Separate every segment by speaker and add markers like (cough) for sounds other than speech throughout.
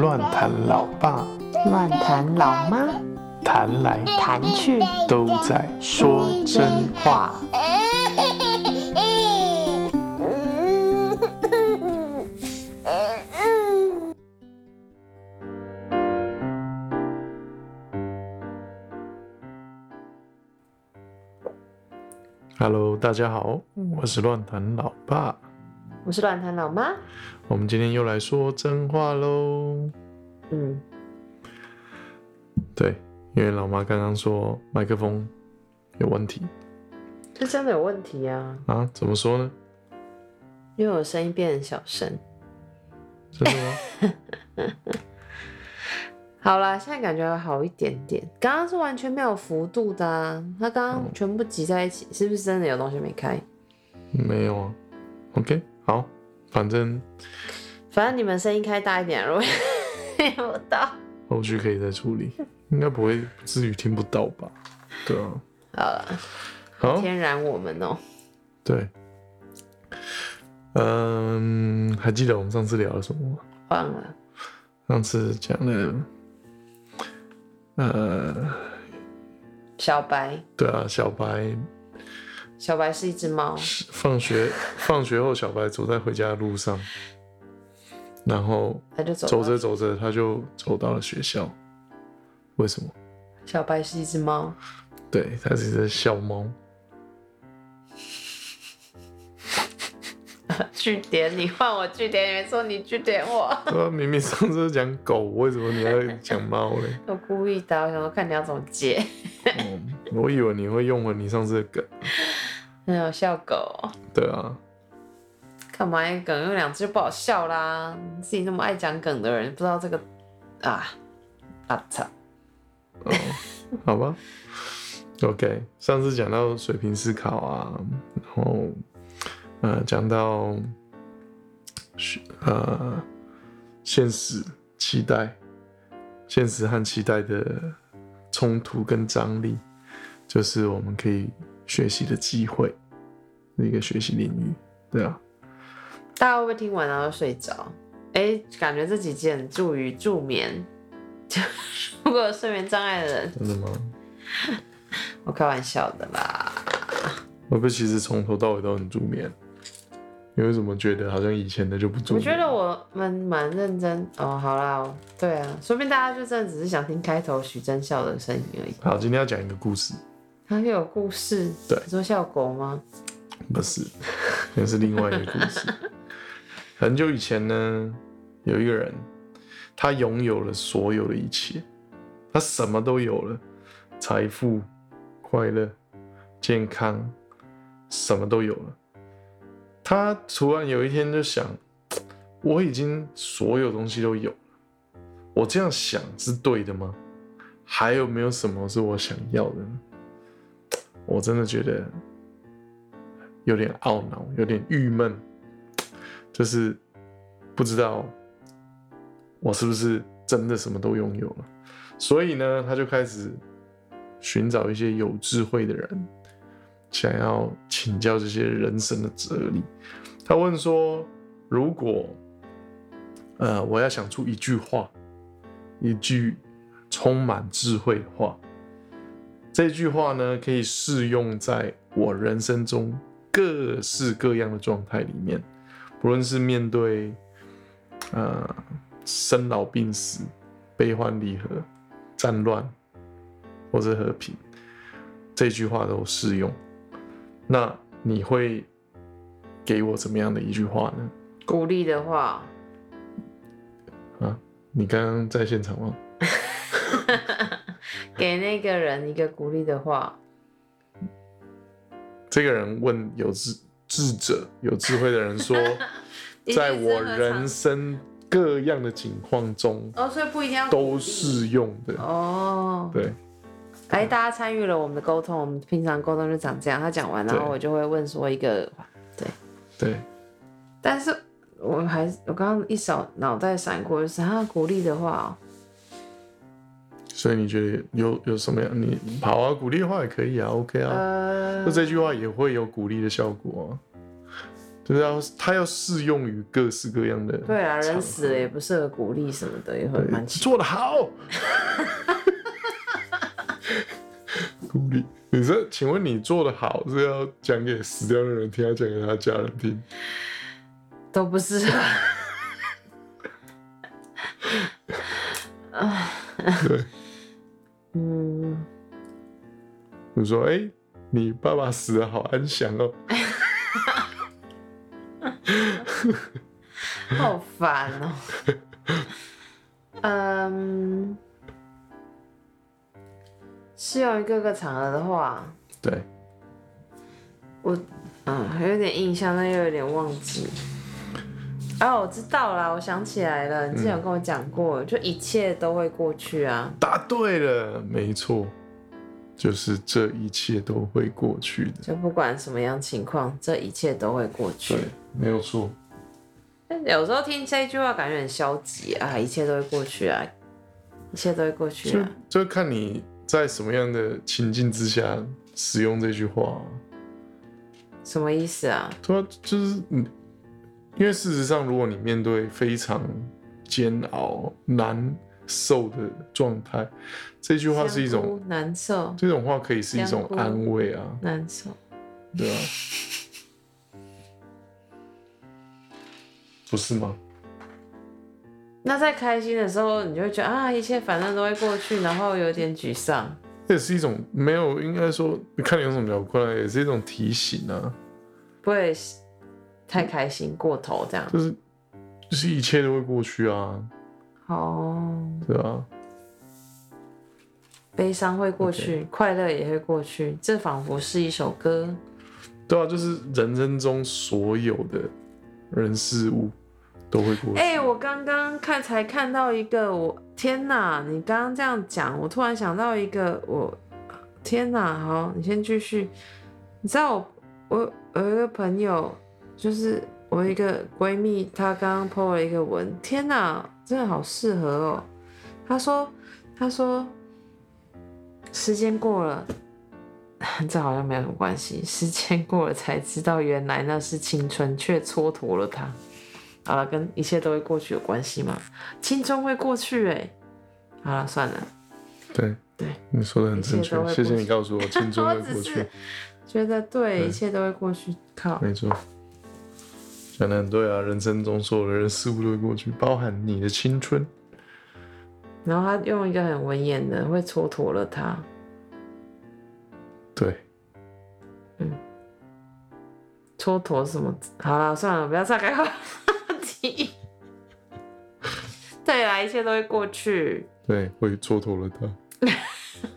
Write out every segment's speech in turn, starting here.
Speaker 1: 乱弹老爸
Speaker 2: 乱弹老妈
Speaker 1: 弹来
Speaker 2: 弹去
Speaker 1: 都在说真 (laughs) 话。Hello，大家好，
Speaker 2: 嗯
Speaker 1: 我是乱弹老爸。
Speaker 2: 我是乱弹老妈。
Speaker 1: 我们今天又来说真话喽。
Speaker 2: 嗯，
Speaker 1: 对，因为老妈刚刚说麦克风有问题
Speaker 2: 这真的有问题啊，
Speaker 1: 啊？怎么说呢？
Speaker 2: 因为我声音变很小声。
Speaker 1: 真的
Speaker 2: (laughs)
Speaker 1: 吗？
Speaker 2: 好啦，现在感觉好一点点。刚刚是完全没有幅度的啊，它刚刚全部挤在一
Speaker 1: 嗯
Speaker 2: 起，是不是真的有东西没开？
Speaker 1: 没有啊。OK，好，反正
Speaker 2: 反正你们声音开大一点啊，如果 (laughs) 听不到。
Speaker 1: 后续可以再处理，应该不会不至于听不到吧？对啊，
Speaker 2: 好了，
Speaker 1: 好，
Speaker 2: 天然我们哦、
Speaker 1: 对，嗯，还记得我们上次聊了什么吗？
Speaker 2: 忘了。
Speaker 1: 上次讲了，呃，
Speaker 2: 小白，
Speaker 1: 对啊，小白
Speaker 2: 小白是一只猫，
Speaker 1: 放学放学后，小白走在回家的路上，然后
Speaker 2: 它就走
Speaker 1: 走
Speaker 2: 到。
Speaker 1: 着走着，他就走到了学校。为什么？
Speaker 2: 小白是一只猫， (laughs)
Speaker 1: 对，它是一只小猫。
Speaker 2: 据点你换我据点，你们说你据点我。
Speaker 1: 呃，明明上次讲狗，为什么你要讲猫嘞？
Speaker 2: 我故意的，我想说看你要怎么 (laughs) 接。
Speaker 1: 嗯，我以为你会用回你上次的梗。
Speaker 2: 很好笑狗，哦
Speaker 1: 对啊，
Speaker 2: 干嘛一哎梗用两次就不好笑啦？你自己那么爱讲梗的人，不知道这个啊啊操！
Speaker 1: 哦，好吧。OK，上次讲到水平思考啊，然后呃讲到是呃现实、期待、现实和期待的冲突跟张力，就是我们可以学习的机会，一个学习领域，对啊。
Speaker 2: 大家会不会听完然后睡着？哎、感觉这几集很助于助眠。 (laughs) 就如果有睡眠障碍的人，
Speaker 1: 真的吗？
Speaker 2: 我开玩笑的啦。
Speaker 1: 我不其实从头到尾都很助眠，你为什么觉得好像以前的就不助
Speaker 2: 我
Speaker 1: 眠？
Speaker 2: 觉得我们蛮认真哦。好啦，对啊，说不定大家就真的只是想听开头许真笑的声音而已。
Speaker 1: 好，今天要讲一个故事，
Speaker 2: 它又有故事，
Speaker 1: 对
Speaker 2: 你说笑狗吗？
Speaker 1: 不是，那是另外一个故事。很久以前呢，有一个人，他拥有了所有的一切，他什么都有了，财富、快乐、健康，什么都有了。他突然有一天就想，我已经所有东西都有了，我这样想是对的吗？还有没有什么是我想要的呢？我真的觉得有点懊恼，有点郁闷，就是不知道我是不是真的什么都拥有了。所以呢，他就开始寻找一些有智慧的人，想要请教这些人生的哲理。他问说：“如果，呃，我要想出一句话，一句充满智慧的话，这句话呢，可以适用在我人生中各式各样的状态里面，不论是面对呃生老病死、悲欢离合、战乱或是和平，这句话都适用。那你会给我怎么样的一句话呢？
Speaker 2: 鼓励的话，
Speaker 1: 你刚刚在现场吗？
Speaker 2: 给那个人一个鼓励的话，
Speaker 1: 这个人问有智智者、有智慧的人说
Speaker 2: 一，句
Speaker 1: 在
Speaker 2: 是
Speaker 1: 我
Speaker 2: 合唱
Speaker 1: 人生各样的情况中
Speaker 2: 哦，所以不一定要鼓励
Speaker 1: 都适用的。
Speaker 2: 哦。
Speaker 1: 对，
Speaker 2: 哎，大家参与了我们的沟通，我们平常沟通就长这样。他讲完，然后
Speaker 1: 对
Speaker 2: 我就会问说一个，
Speaker 1: 对，
Speaker 2: 但是我还是我刚刚一扫脑袋闪过，就是他鼓励的话、哦
Speaker 1: 所以你觉得有有什么样？你好啊，鼓励的话也可以啊，OK
Speaker 2: 哦，
Speaker 1: 啊，
Speaker 2: 呃
Speaker 1: 那，这句话也会有鼓励的效果啊。就是要它要适用于各式各样的。
Speaker 2: 对啊，人死了也不适合鼓励什么的，也会蛮奇
Speaker 1: 做得
Speaker 2: (laughs)
Speaker 1: 好。鼓励你这，请问你做得好是要讲给死掉的人听，还是讲给他家人听？
Speaker 2: 都
Speaker 1: (laughs)
Speaker 2: 不适合。啊，
Speaker 1: 对，
Speaker 2: (laughs) 嗯，
Speaker 1: 我说，哎、你爸爸死的好安详哦。 (laughs)
Speaker 2: 好烦哦、嗯，适用于各个场合的话，
Speaker 1: 对，
Speaker 2: 我嗯还有点印象，但又有点忘记。哦，我知道啦，我想起来了，你之前有跟我讲过，就一切都会过去啊。
Speaker 1: 答对了，没错，就是这一切都会过去的。
Speaker 2: 就不管什么样情况，这一切都会过去
Speaker 1: 对。，没有错。
Speaker 2: 但有时候听这一句话，感觉很消极啊，一切都会过去啊，一切都会过去
Speaker 1: 就
Speaker 2: 啊。
Speaker 1: 就看你在什么样的情境之下使用这句话、
Speaker 2: 什么意思啊？
Speaker 1: 对啊，就是你，因为事实上，如果你面对非常煎熬、难受的状态，这句话是一
Speaker 2: 香
Speaker 1: 种
Speaker 2: 菇难受，
Speaker 1: 这种话可以是一种
Speaker 2: 香菇
Speaker 1: 安慰啊，
Speaker 2: 难受。
Speaker 1: 对啊，不是吗？
Speaker 2: 那在开心的时候，你就会觉得啊，一切反正都会过去，然后有点沮丧。
Speaker 1: 这也是一种没有，应该说看你用什么角度看，也是一种提醒啊，
Speaker 2: 不会太开心过头这样。
Speaker 1: 就是就是一切都会过去啊，
Speaker 2: 哦，
Speaker 1: 对啊，
Speaker 2: 悲伤会过去快乐也会过去，这仿佛是一首歌。
Speaker 1: 对啊，就是人生中所有的人事物都会过去。
Speaker 2: 哎、我刚刚看才看到一个，我天哪！你刚刚这样讲，我突然想到一个，我天哪！好，你先继续。你知道我我我有一个朋友，就是我一个闺蜜，她刚刚 po 了一个文，天哪，真的好适合哦。她说她说时间过了。这好像没有什么关系。时间过了才知道，原来那是青春，却蹉跎了它。好了，跟一切都会过去有关系吗？青春会过去哎、好了，算了，
Speaker 1: 对
Speaker 2: 对，
Speaker 1: 你说的很正
Speaker 2: 一切
Speaker 1: 确
Speaker 2: 都，会
Speaker 1: 谢
Speaker 2: 过
Speaker 1: 谢
Speaker 2: 去
Speaker 1: 你告诉我，青春
Speaker 2: (laughs) 我
Speaker 1: 会
Speaker 2: 只
Speaker 1: 过去
Speaker 2: 是，觉得对，
Speaker 1: 对
Speaker 2: 一切都会过去。靠，
Speaker 1: 没错，讲的很对啊，人生中所有的人事物都会过去，包含你的青春。
Speaker 2: 然后他用一个很文言的，会蹉跎了他。
Speaker 1: 对，
Speaker 2: 蹉跎什么？好了，算了，不要岔开话题。 (laughs) 对啦，一切都会过去，
Speaker 1: 对，会蹉跎了它。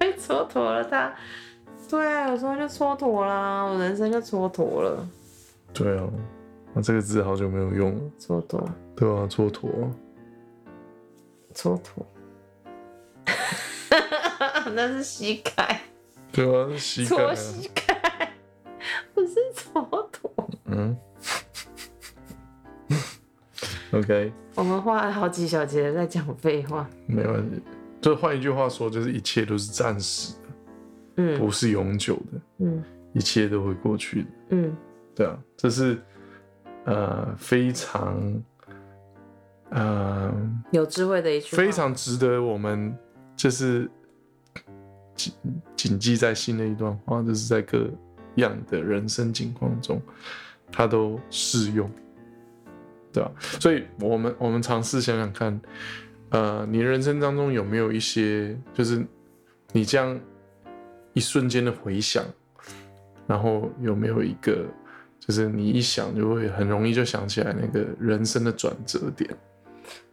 Speaker 2: 会蹉跎了他。对啊，有时候就蹉跎啦，我人生就蹉跎了，
Speaker 1: 对啊，那这个字好久没有用了。
Speaker 2: 蹉跎，
Speaker 1: 对啊，蹉跎。
Speaker 2: 蹉跎。 (laughs) 那是膝盖。
Speaker 1: 对啊，是膝盖、
Speaker 2: 搓
Speaker 1: 啊。
Speaker 2: 膝盖， (laughs) 不是搓土。
Speaker 1: 嗯。OK，
Speaker 2: 我们花了好几小节在讲废话。
Speaker 1: 没关系。就换一句话说，就是一切都是暂时的，
Speaker 2: 嗯
Speaker 1: 不是永久的，
Speaker 2: 嗯
Speaker 1: 一切都会过去的。
Speaker 2: 嗯，
Speaker 1: 对啊，这是呃非常呃
Speaker 2: 有智慧的一句话。
Speaker 1: 非常值得我们就是谨谨记在心的一段话，就是在各样的人生情况中，它都适用，对吧、所以我们我们尝试想想看，呃，你人生当中有没有一些，就是你这样一瞬间的回想，然后有没有一个，就是你一想就会很容易就想起来那个人生的转折点。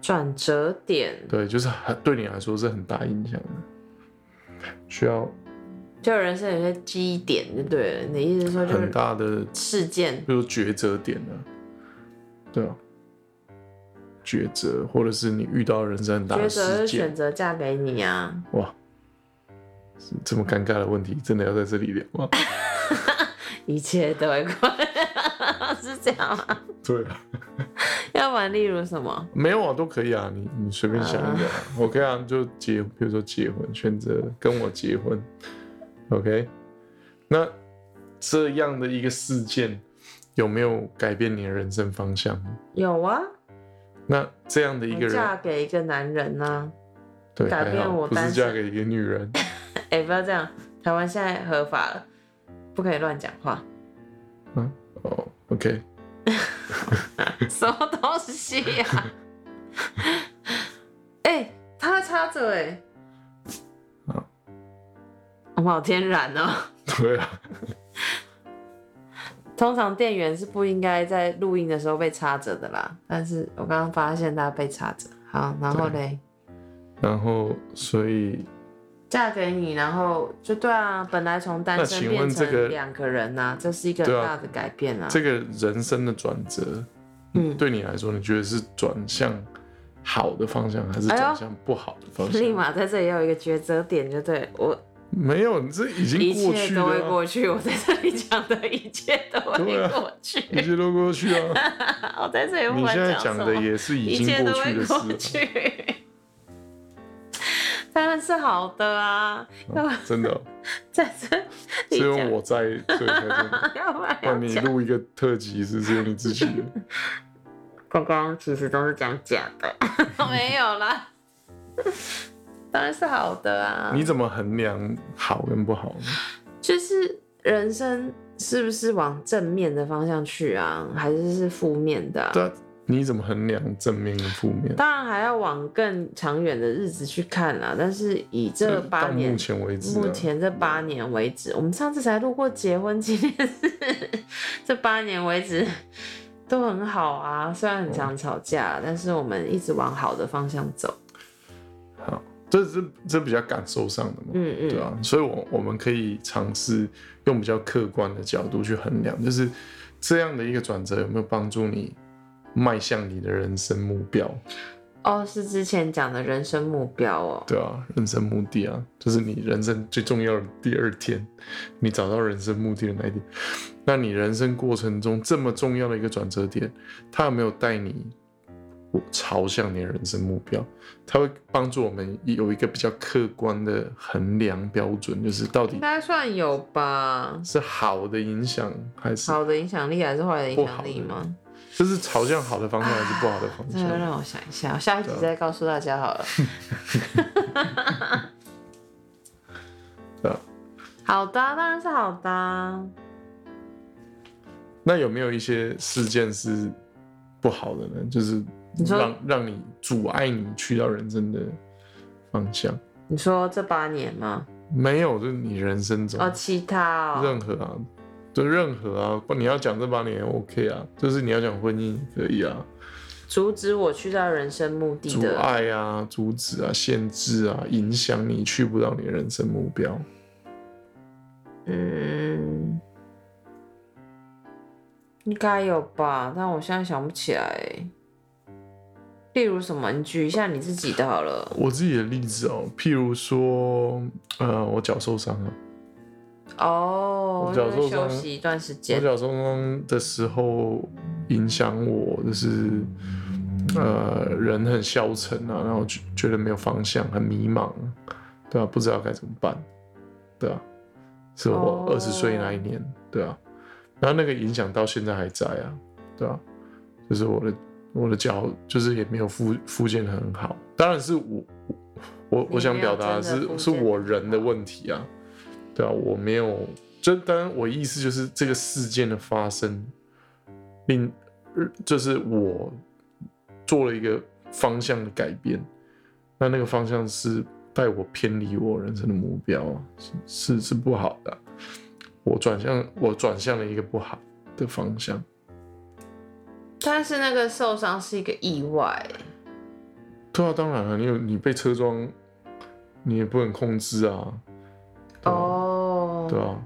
Speaker 2: 转折点，
Speaker 1: 对，就是很对你来说是很大影响的，需要
Speaker 2: 就人生有些记忆点，就对了。你的意思是说，就
Speaker 1: 很
Speaker 2: 是
Speaker 1: 大的，
Speaker 2: 事件
Speaker 1: 比如抉择点呢、对啊，抉择，或者是你遇到人生很大
Speaker 2: 抉
Speaker 1: 的
Speaker 2: 择，
Speaker 1: 事
Speaker 2: 就选
Speaker 1: 件，
Speaker 2: 择嫁给你啊。
Speaker 1: 哇，是这么尴尬的问题，真的要在这里聊吗？ (laughs)
Speaker 2: 一切都会过， (laughs) 是这样吗？
Speaker 1: 对啊，
Speaker 2: 要不然例如什么？
Speaker 1: 没有啊，都可以啊，你你随便想一个、啊、，OK 啊，就结，比如说结婚，选择跟我结婚，OK，那这样的一个事件，有没有改变你的人生方向？
Speaker 2: 有啊，
Speaker 1: 那这样的一个
Speaker 2: 我哦嫁
Speaker 1: 人，
Speaker 2: 给一个男人啊呢、
Speaker 1: 对，
Speaker 2: 改变
Speaker 1: 还好
Speaker 2: 我
Speaker 1: 不
Speaker 2: 单
Speaker 1: 是
Speaker 2: 身
Speaker 1: 嫁给一个女人，
Speaker 2: 哎、不要这样，台湾现在合法了，不可以乱讲话，
Speaker 1: 哦，OK， (laughs)
Speaker 2: (laughs) 什么东西呀、 (laughs) 哎、他插着哎、哦
Speaker 1: 嗯
Speaker 2: 我们好天然哦、
Speaker 1: 对啊，
Speaker 2: 通常店员是不应该在录音的时候被插着的啦，但是我刚刚发现他被插着。好，然后嘞，
Speaker 1: 然后所以
Speaker 2: 嫁给你，然后就对啊，本来从单
Speaker 1: 那
Speaker 2: 身
Speaker 1: 请
Speaker 2: 变
Speaker 1: 问这个
Speaker 2: 成两个人呐、这是一个很
Speaker 1: 对啊
Speaker 2: 大的改变啊。
Speaker 1: 这个人生的转折，
Speaker 2: 嗯，
Speaker 1: 对你来说，你觉得是转向好的方向，还是
Speaker 2: 哎呦
Speaker 1: 转向不好的方向？
Speaker 2: (laughs) 立马在这里要有一个抉择点，就对了我
Speaker 1: 没有，你这已
Speaker 2: 一
Speaker 1: 经过
Speaker 2: 切
Speaker 1: 去
Speaker 2: 都会
Speaker 1: 了啊、
Speaker 2: 过去。我在这里讲的一切都
Speaker 1: 对
Speaker 2: 会
Speaker 1: 啊
Speaker 2: 过去。
Speaker 1: 一切都过去啊！
Speaker 2: 我在这里 (laughs) 不
Speaker 1: 你
Speaker 2: 管
Speaker 1: 现在
Speaker 2: 什
Speaker 1: 讲
Speaker 2: 么
Speaker 1: 的也是已
Speaker 2: 一
Speaker 1: 经
Speaker 2: 切
Speaker 1: 过
Speaker 2: 都
Speaker 1: 去
Speaker 2: 会
Speaker 1: 的事
Speaker 2: 过
Speaker 1: 了，
Speaker 2: 去， (laughs) 当然是好的啊，要不然
Speaker 1: 真
Speaker 2: (laughs)
Speaker 1: 的哦、
Speaker 2: 在这
Speaker 1: 只
Speaker 2: 里
Speaker 1: 有
Speaker 2: 讲，
Speaker 1: 我在，所以才这样。
Speaker 2: 要不然
Speaker 1: (laughs) 不
Speaker 2: 要
Speaker 1: 然你
Speaker 2: 讲。
Speaker 1: 录一个特辑是只有你自己的，
Speaker 2: 刚刚其实都是讲假的， (laughs) 没有啦，当然是好的啊。
Speaker 1: 你怎么衡量好跟不好呢？
Speaker 2: 就是人生是不是往正面的方向去啊，还是是负面的啊、
Speaker 1: 对啊，你怎么衡量正面跟负面？
Speaker 2: 当然还要往更长远的日子去看啦，但是以这八
Speaker 1: 嗯到
Speaker 2: 年
Speaker 1: 目前为止、啊，
Speaker 2: 目前这八年为止，我们上次才录过结婚纪念日，这八年为止都很好啊。虽然很常吵
Speaker 1: 嗯
Speaker 2: 架，但是我们一直往好的方向走。
Speaker 1: 好，这这这比较感受上的嘛，
Speaker 2: 嗯嗯，
Speaker 1: 对啊，所以我我们可以尝试用比较客观的角度去衡量，就是这样的一个转折有没有帮助你迈向你的人生目标，
Speaker 2: 哦，是之前讲的人生目标哦。
Speaker 1: 对啊，人生目的啊，就是你人生最重要的第二天，你找到人生目的的那一天，那你人生过程中这么重要的一个转折点，它有没有带你？朝向你的人生目标，它会帮助我们有一个比较客观的衡量标准，就是到底
Speaker 2: 应该算有吧，
Speaker 1: 是好的影响，还是
Speaker 2: 好的影响力还是坏的影响力
Speaker 1: 不好
Speaker 2: 吗？
Speaker 1: 这是朝向好的方向，还是不好的方
Speaker 2: 这个让
Speaker 1: 向？
Speaker 2: 我想一下，我下一集
Speaker 1: 对啊
Speaker 2: 再告诉大家好了。
Speaker 1: 对啊
Speaker 2: 好的，当然是好的啊。
Speaker 1: 那有没有一些事件是不好的呢？就是
Speaker 2: 你说
Speaker 1: 让让你阻碍你去到人生的方向？
Speaker 2: 你说这八年吗？
Speaker 1: 没有，就是你人生中
Speaker 2: 哦，其他哦，
Speaker 1: 任何啊，就任何啊，不你要讲这八年也 OK 啊，就是你要讲婚姻也可以啊，
Speaker 2: 阻止我去到人生目的
Speaker 1: 阻
Speaker 2: 的，
Speaker 1: 碍啊、阻止啊、限制啊，影响你去不到你的人生目标。
Speaker 2: 嗯，应该有吧，但我现在想不起来。欸例如什么？你举一下你自己的好了。
Speaker 1: 我自己的例子哦，譬如说，呃，我脚受伤了。
Speaker 2: 哦，
Speaker 1: 我
Speaker 2: 就
Speaker 1: 脚
Speaker 2: 是
Speaker 1: 受伤
Speaker 2: 休息一段时
Speaker 1: 我
Speaker 2: 间。
Speaker 1: 脚受伤的时候，影响我就是，呃，人很消沉啊，然后觉觉得没有方向，很迷茫，对啊，不知道该怎么办，对啊，是我
Speaker 2: 哦
Speaker 1: 二十岁那一年，对啊，然后那个影响到现在还在啊，对啊，就是我的我的脚就是也没有复复健得很好，当然是我我我想表达的
Speaker 2: 你没有真
Speaker 1: 是
Speaker 2: 的复
Speaker 1: 是
Speaker 2: 健
Speaker 1: 我人的问题啊，对啊，我没有，就当然我意思就是这个事件的发生，令就是我做了一个方向的改变，那那个方向是带我偏离我人生的目标啊，是是是不好的啊、我转向我转向了一个不好的方向，
Speaker 2: 但是那个受伤是一个意外，
Speaker 1: 对啊，当然了，你有你被车撞，你也不能控制啊，对啊
Speaker 2: 哦，
Speaker 1: 对啊，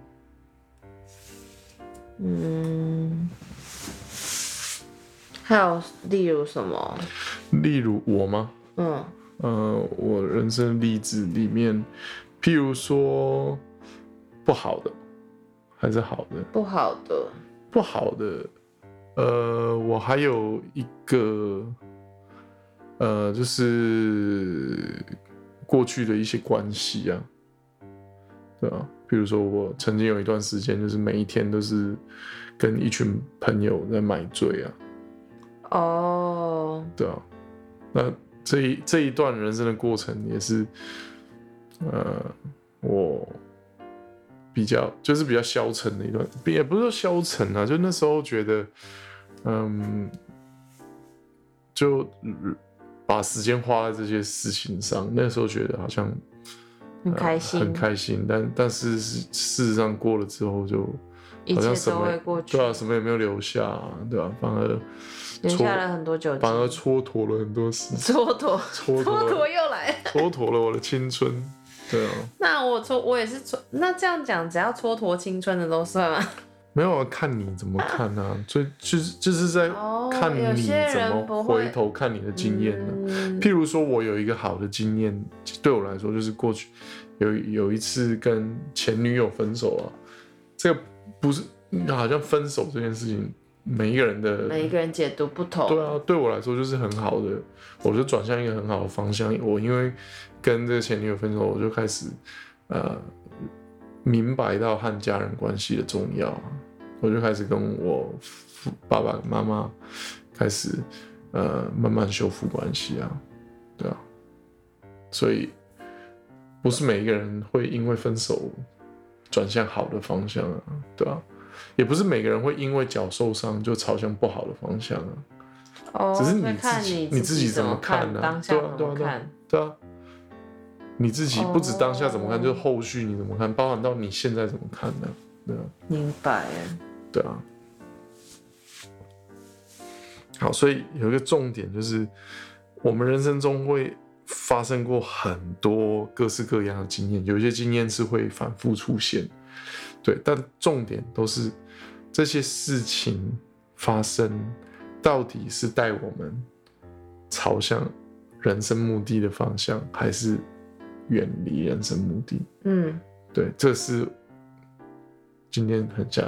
Speaker 2: 嗯，还有例如什么？
Speaker 1: 例如我吗？
Speaker 2: 嗯，
Speaker 1: 呃，我人生的例子里面，譬如说不好的还是好的，
Speaker 2: 不好的，
Speaker 1: 不好的，呃，我还有一个，呃，就是过去的一些关系啊，对啊，比如说我曾经有一段时间，就是每一天都是跟一群朋友在买醉啊，
Speaker 2: 哦，
Speaker 1: 对啊，那这一这一段人生的过程也是，呃，我比较就是比较消沉的一段，也不是说消沉啊，就那时候觉得，嗯，就嗯把时间花在这些事情上，那时候觉得好像
Speaker 2: 很开心，
Speaker 1: 呃很开心，但但是事事实上过了之后就
Speaker 2: 一
Speaker 1: 好像
Speaker 2: 切
Speaker 1: 什
Speaker 2: 都
Speaker 1: 么
Speaker 2: 会过去，
Speaker 1: 对啊，什么也没有留下、啊，对吧、反而
Speaker 2: 留
Speaker 1: 错
Speaker 2: 下了很多酒精，
Speaker 1: 反而
Speaker 2: (laughs)
Speaker 1: 蹉跎了很多时间。
Speaker 2: 蹉跎，
Speaker 1: 蹉跎
Speaker 2: 蹉
Speaker 1: 了
Speaker 2: 跎又来。
Speaker 1: 蹉跎了我的青春。对啊，
Speaker 2: 那我蹉，我也是蹉，那这样讲，只要蹉跎青春的都算吗？
Speaker 1: 没有啊，看你怎么看啊，所以就是就是在
Speaker 2: 哦
Speaker 1: 看
Speaker 2: 有
Speaker 1: 你
Speaker 2: 些人
Speaker 1: 怎么
Speaker 2: 不会
Speaker 1: 回头看你的经验呢、
Speaker 2: 嗯
Speaker 1: 譬如说，我有一个好的经验，对我来说就是过去有有一次跟前女友分手啊，这个不是好像分手这件事情，每一个人的
Speaker 2: 每一个人解读不同，
Speaker 1: 对啊，对我来说就是很好的，我就转向一个很好的方向。我因为跟这个前女友分手，我就开始呃明白到和家人关系的重要啊，我就开始跟我父爸爸妈妈开始呃慢慢修复关系啊，对啊，所以不是每一个人会因为分手转向好的方向啊，对啊。也不是每个人会因为脚受伤就朝向不好的方向啊，
Speaker 2: 哦，
Speaker 1: 只是你
Speaker 2: 会看
Speaker 1: 自己
Speaker 2: 你
Speaker 1: 你自己
Speaker 2: 怎
Speaker 1: 怎么看
Speaker 2: 看，
Speaker 1: 呢
Speaker 2: 当下
Speaker 1: 对啊
Speaker 2: 怎
Speaker 1: 对啊
Speaker 2: 么
Speaker 1: 对啊
Speaker 2: 看，
Speaker 1: 对啊，你自己
Speaker 2: 哦
Speaker 1: 不止当下怎么看，就是后续你怎么看，包含到你现在怎么看呢、对啊，
Speaker 2: 明白了。
Speaker 1: 对啊。好，所以有一个重点就是，我们人生中会发生过很多各式各样的经验，有一些经验是会反复出现，对，但重点都是这些事情发生到底是带我们朝向人生目的的方向，还是远离人生目的？
Speaker 2: 嗯，
Speaker 1: 对，这是今天很想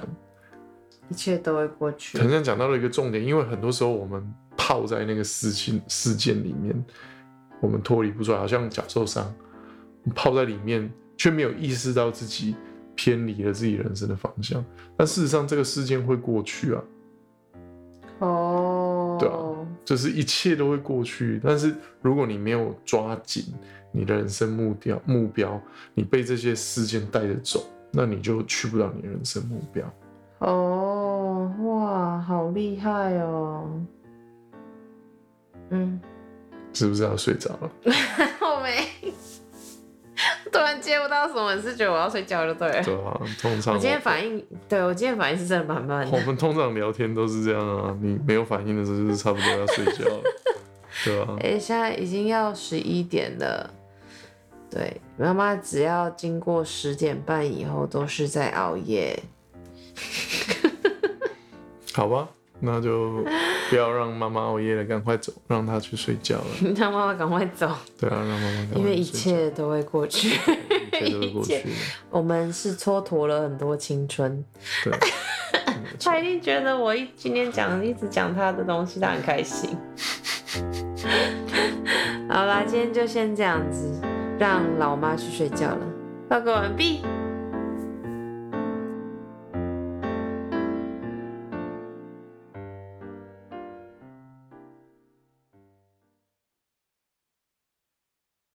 Speaker 2: 一切都会过去。
Speaker 1: 很像讲到了一个重点，因为很多时候我们泡在那个事情事件里面，我们脱离不出来，好像脚受伤，我们泡在里面却没有意识到自己偏离了自己人生的方向。但事实上，这个事件会过去啊，
Speaker 2: 哦，
Speaker 1: 对啊就是一切都会过去。但是如果你没有抓紧你的人生目标目标，你被这些事件带着走，那你就去不到你的人生目标。
Speaker 2: 哦，哇，好厉害哦。嗯，
Speaker 1: 是不是要睡着
Speaker 2: (laughs)
Speaker 1: 了？
Speaker 2: 后面 (laughs) 突然接不到什么，是觉得我要睡觉就对了。
Speaker 1: 对啊，通常
Speaker 2: 我今天
Speaker 1: 我
Speaker 2: 反应，对我今天反应是真的蛮慢
Speaker 1: (laughs) 我
Speaker 2: 的。
Speaker 1: 们通常聊天都是这样啊，你没有反应的时候就是差不多要睡觉
Speaker 2: (laughs)
Speaker 1: 了，对啊，
Speaker 2: 哎、现在已经要十一点了。对，妈妈只要经过十点半以后都是在熬夜。 (laughs)
Speaker 1: 好吧，那就不要让妈妈熬夜了，赶快走，让她去睡觉了。
Speaker 2: 让妈妈赶快走，
Speaker 1: 对啊，让妈妈赶快
Speaker 2: 因为一
Speaker 1: 去睡
Speaker 2: 切都会过去。 (laughs)
Speaker 1: 觉一切都会过去的。
Speaker 2: 我们是蹉跎了很多青春。 (laughs)
Speaker 1: 对，
Speaker 2: 他一定觉得我一今天讲一直讲他的东西，他很开心。 (laughs) 好啦，今天就先这样子，让老妈去睡觉了。报告完毕，